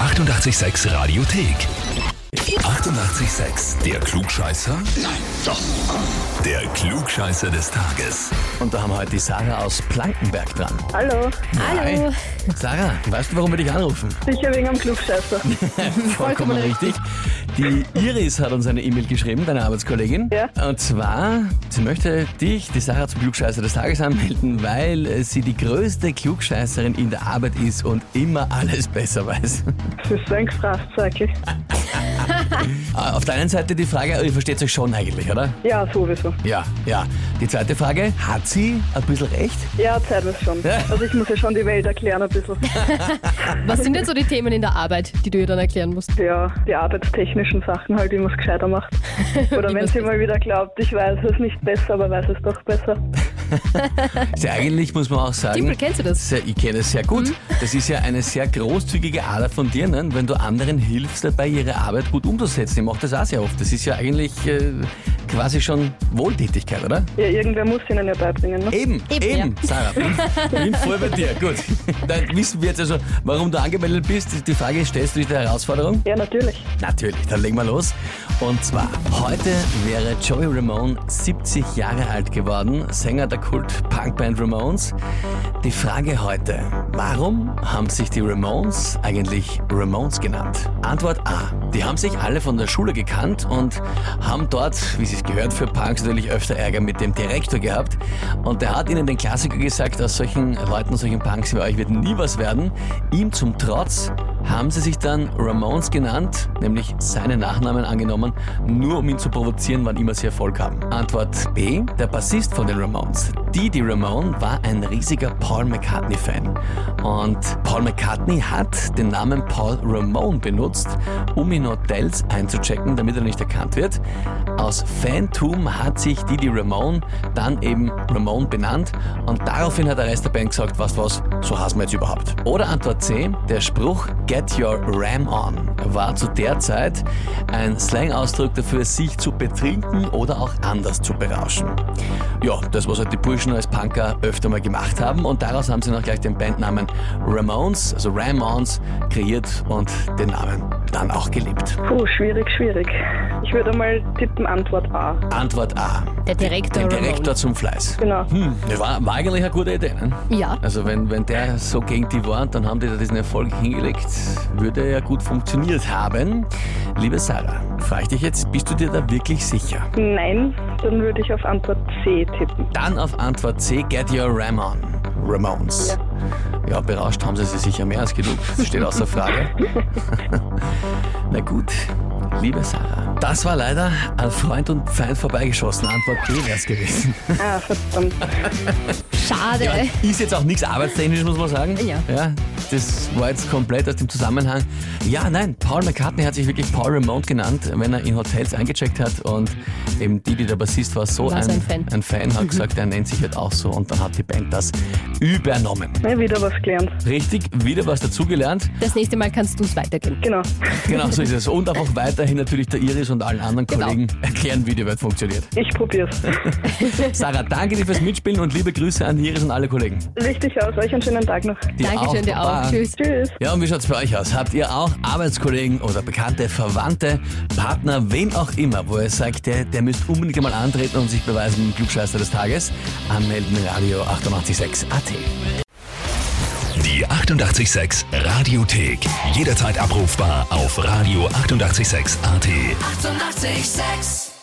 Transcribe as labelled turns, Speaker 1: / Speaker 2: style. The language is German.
Speaker 1: 886 Radiothek. 88,6. Der Klugscheißer? Nein, doch. Der Klugscheißer des Tages.
Speaker 2: Und da haben wir heute die Sarah aus Plankenberg dran.
Speaker 3: Hallo,
Speaker 2: Hallo. Sarah, weißt du, warum wir dich anrufen?
Speaker 3: sicher wegen am Klugscheißer.
Speaker 2: Vollkommen richtig. Die Iris hat uns eine E-Mail geschrieben, deine Arbeitskollegin.
Speaker 3: Ja.
Speaker 2: Und zwar, sie möchte dich, die Sarah, zum Klugscheißer des Tages anmelden, weil äh, sie die größte Klugscheißerin in der Arbeit ist und immer alles besser weiß.
Speaker 3: Das ist so ein Gefraß, sag ich.
Speaker 2: Äh, Auf der einen Seite die Frage, ihr versteht euch schon eigentlich, oder?
Speaker 3: Ja, sowieso.
Speaker 2: Ja, ja. Die zweite Frage, hat sie ein bisschen recht?
Speaker 3: Ja, zeitweise schon. Also ich muss ja schon die Welt erklären ein bisschen. Also
Speaker 4: Was sind denn so die Themen in der Arbeit, die du ihr dann erklären musst?
Speaker 3: Ja, die arbeitstechnischen Sachen halt, wie man es gescheiter macht. Oder
Speaker 4: Wie
Speaker 3: wenn
Speaker 4: man's
Speaker 3: sie mal wieder glaubt, ich weiß es nicht besser, aber weiß es doch besser.
Speaker 2: Ist ja eigentlich, muss man auch sagen.
Speaker 4: Dimple, kennst du das? Mhm.
Speaker 2: Sehr, ich kenne es sehr gut. Das ist ja eine sehr großzügige Ader von dir, ne? wenn du anderen hilfst, dabei ihre Arbeit gut umzusetzen. Ich mache das auch sehr oft. Das ist ja eigentlich äh, quasi schon Wohltätigkeit, oder?
Speaker 3: Ja, irgendwer muss ihnen ja beibringen. Ne?
Speaker 2: Eben, eben,
Speaker 4: Eben,
Speaker 2: Sarah. Bin, bin voll bei dir. Gut. Dann wissen wir jetzt also, warum du angemeldet bist. Die Frage ist, stellst du dich der Herausforderung?
Speaker 3: Ja, natürlich.
Speaker 2: Natürlich, dann legen wir los. Und zwar, heute wäre Joey Ramone 70 Jahre alt geworden, Sänger der Kult-Punkband Ramones. Die Frage heute, warum haben sich die Ramones eigentlich Ramones genannt? Antwort A, die haben sich alle von der Schule gekannt und haben dort, wie es sich gehört, für Punks natürlich öfter Ärger mit dem Direktor gehabt. Und der hat ihnen den Klassiker gesagt, aus solchen Leuten, solchen Punks wie euch wird nie was werden. Ihm zum Trotz haben sie sich dann Ramones genannt, nämlich seinen Nachnamen angenommen, nur um ihn zu provozieren, wann immer sie Erfolg haben. Antwort B. Der Bassist von den Ramones, Didi Ramone, war ein riesiger Paul McCartney-Fan. Und Paul McCartney hat den Namen Paul Ramone benutzt, um in Hotels einzuchecken, damit er nicht erkannt wird. Aus Fantum hat sich Didi Ramone dann eben Ramone benannt und daraufhin hat der Rest der Band gesagt, was was, so hassen wir jetzt überhaupt. Oder Antwort C, der Spruch Get your Ram on war zu der Zeit ein Slang-Ausdruck dafür, sich zu betrinken oder auch anders zu berauschen. Ja, das was halt die Burschen als Punker öfter mal gemacht haben und daraus haben sie noch gleich den Bandnamen Ramones, also Ramones, kreiert und den Namen dann auch gelebt.
Speaker 3: Puh, schwierig, schwierig. Ich würde mal tippen Antwort A.
Speaker 2: Antwort A.
Speaker 4: Der Direktor
Speaker 2: Den
Speaker 4: Ramone.
Speaker 2: Direktor zum Fleiß.
Speaker 3: Genau.
Speaker 2: Hm, das war, war eigentlich eine gute Idee. Ne?
Speaker 4: Ja.
Speaker 2: Also wenn, wenn der so gegen die war, dann haben die da diesen Erfolg hingelegt, würde er ja gut funktioniert haben. Liebe Sarah, frage ich dich jetzt, bist du dir da wirklich sicher?
Speaker 3: Nein, dann würde ich auf Antwort C tippen.
Speaker 2: Dann auf Antwort C, get your Ram on. Ramones. Ja, berauscht haben sie sich sicher mehr als genug. Das steht außer Frage. Na gut, liebe Sarah, das war leider an Freund und Feind vorbeigeschossen. Antwort B wäre es gewesen.
Speaker 3: Ah, verdammt.
Speaker 4: Schade.
Speaker 2: Ja, ist jetzt auch nichts arbeitstechnisch, muss man sagen.
Speaker 4: Äh. Ja.
Speaker 2: Das war jetzt komplett aus dem Zusammenhang. Ja, nein, Paul McCartney hat sich wirklich Paul Ramone genannt, wenn er in Hotels eingecheckt hat. Und eben Didi, der Bassist, war so
Speaker 4: War
Speaker 2: ein,
Speaker 4: so ein Fan. Mhm.
Speaker 2: ein Fan, hat gesagt, er nennt sich halt auch so. Und dann hat die Band das übernommen.
Speaker 3: Ne, wieder was gelernt.
Speaker 2: Richtig, wieder was dazugelernt.
Speaker 4: Das nächste Mal kannst du es weitergeben.
Speaker 3: Genau.
Speaker 2: Genau so ist es. Und auch weiterhin natürlich der Iris und allen anderen
Speaker 4: Genau.
Speaker 2: Kollegen erklären, wie die Welt funktioniert.
Speaker 3: Ich probier's.
Speaker 2: Sarah, danke dir fürs Mitspielen und liebe Grüße an Iris und alle Kollegen.
Speaker 3: Richtig aus. Euch einen schönen Tag noch.
Speaker 2: Dir
Speaker 4: Dankeschön, dir auch.
Speaker 2: Baba.
Speaker 4: Tschüss.
Speaker 3: Tschüss.
Speaker 2: Ja, und wie schaut's bei euch aus? Habt ihr auch Arbeitskollegen oder bekannte Verwandte, Partner, wen auch immer, wo ihr sagt, der, der müsst unbedingt mal antreten und sich beweisen im Klugscheißer des Tages? Anmelden Radio 886 AT.
Speaker 1: Die 88,6 Radiothek. Jederzeit abrufbar auf radio886.at. 88,6.
Speaker 5: Eighty-eight, sex.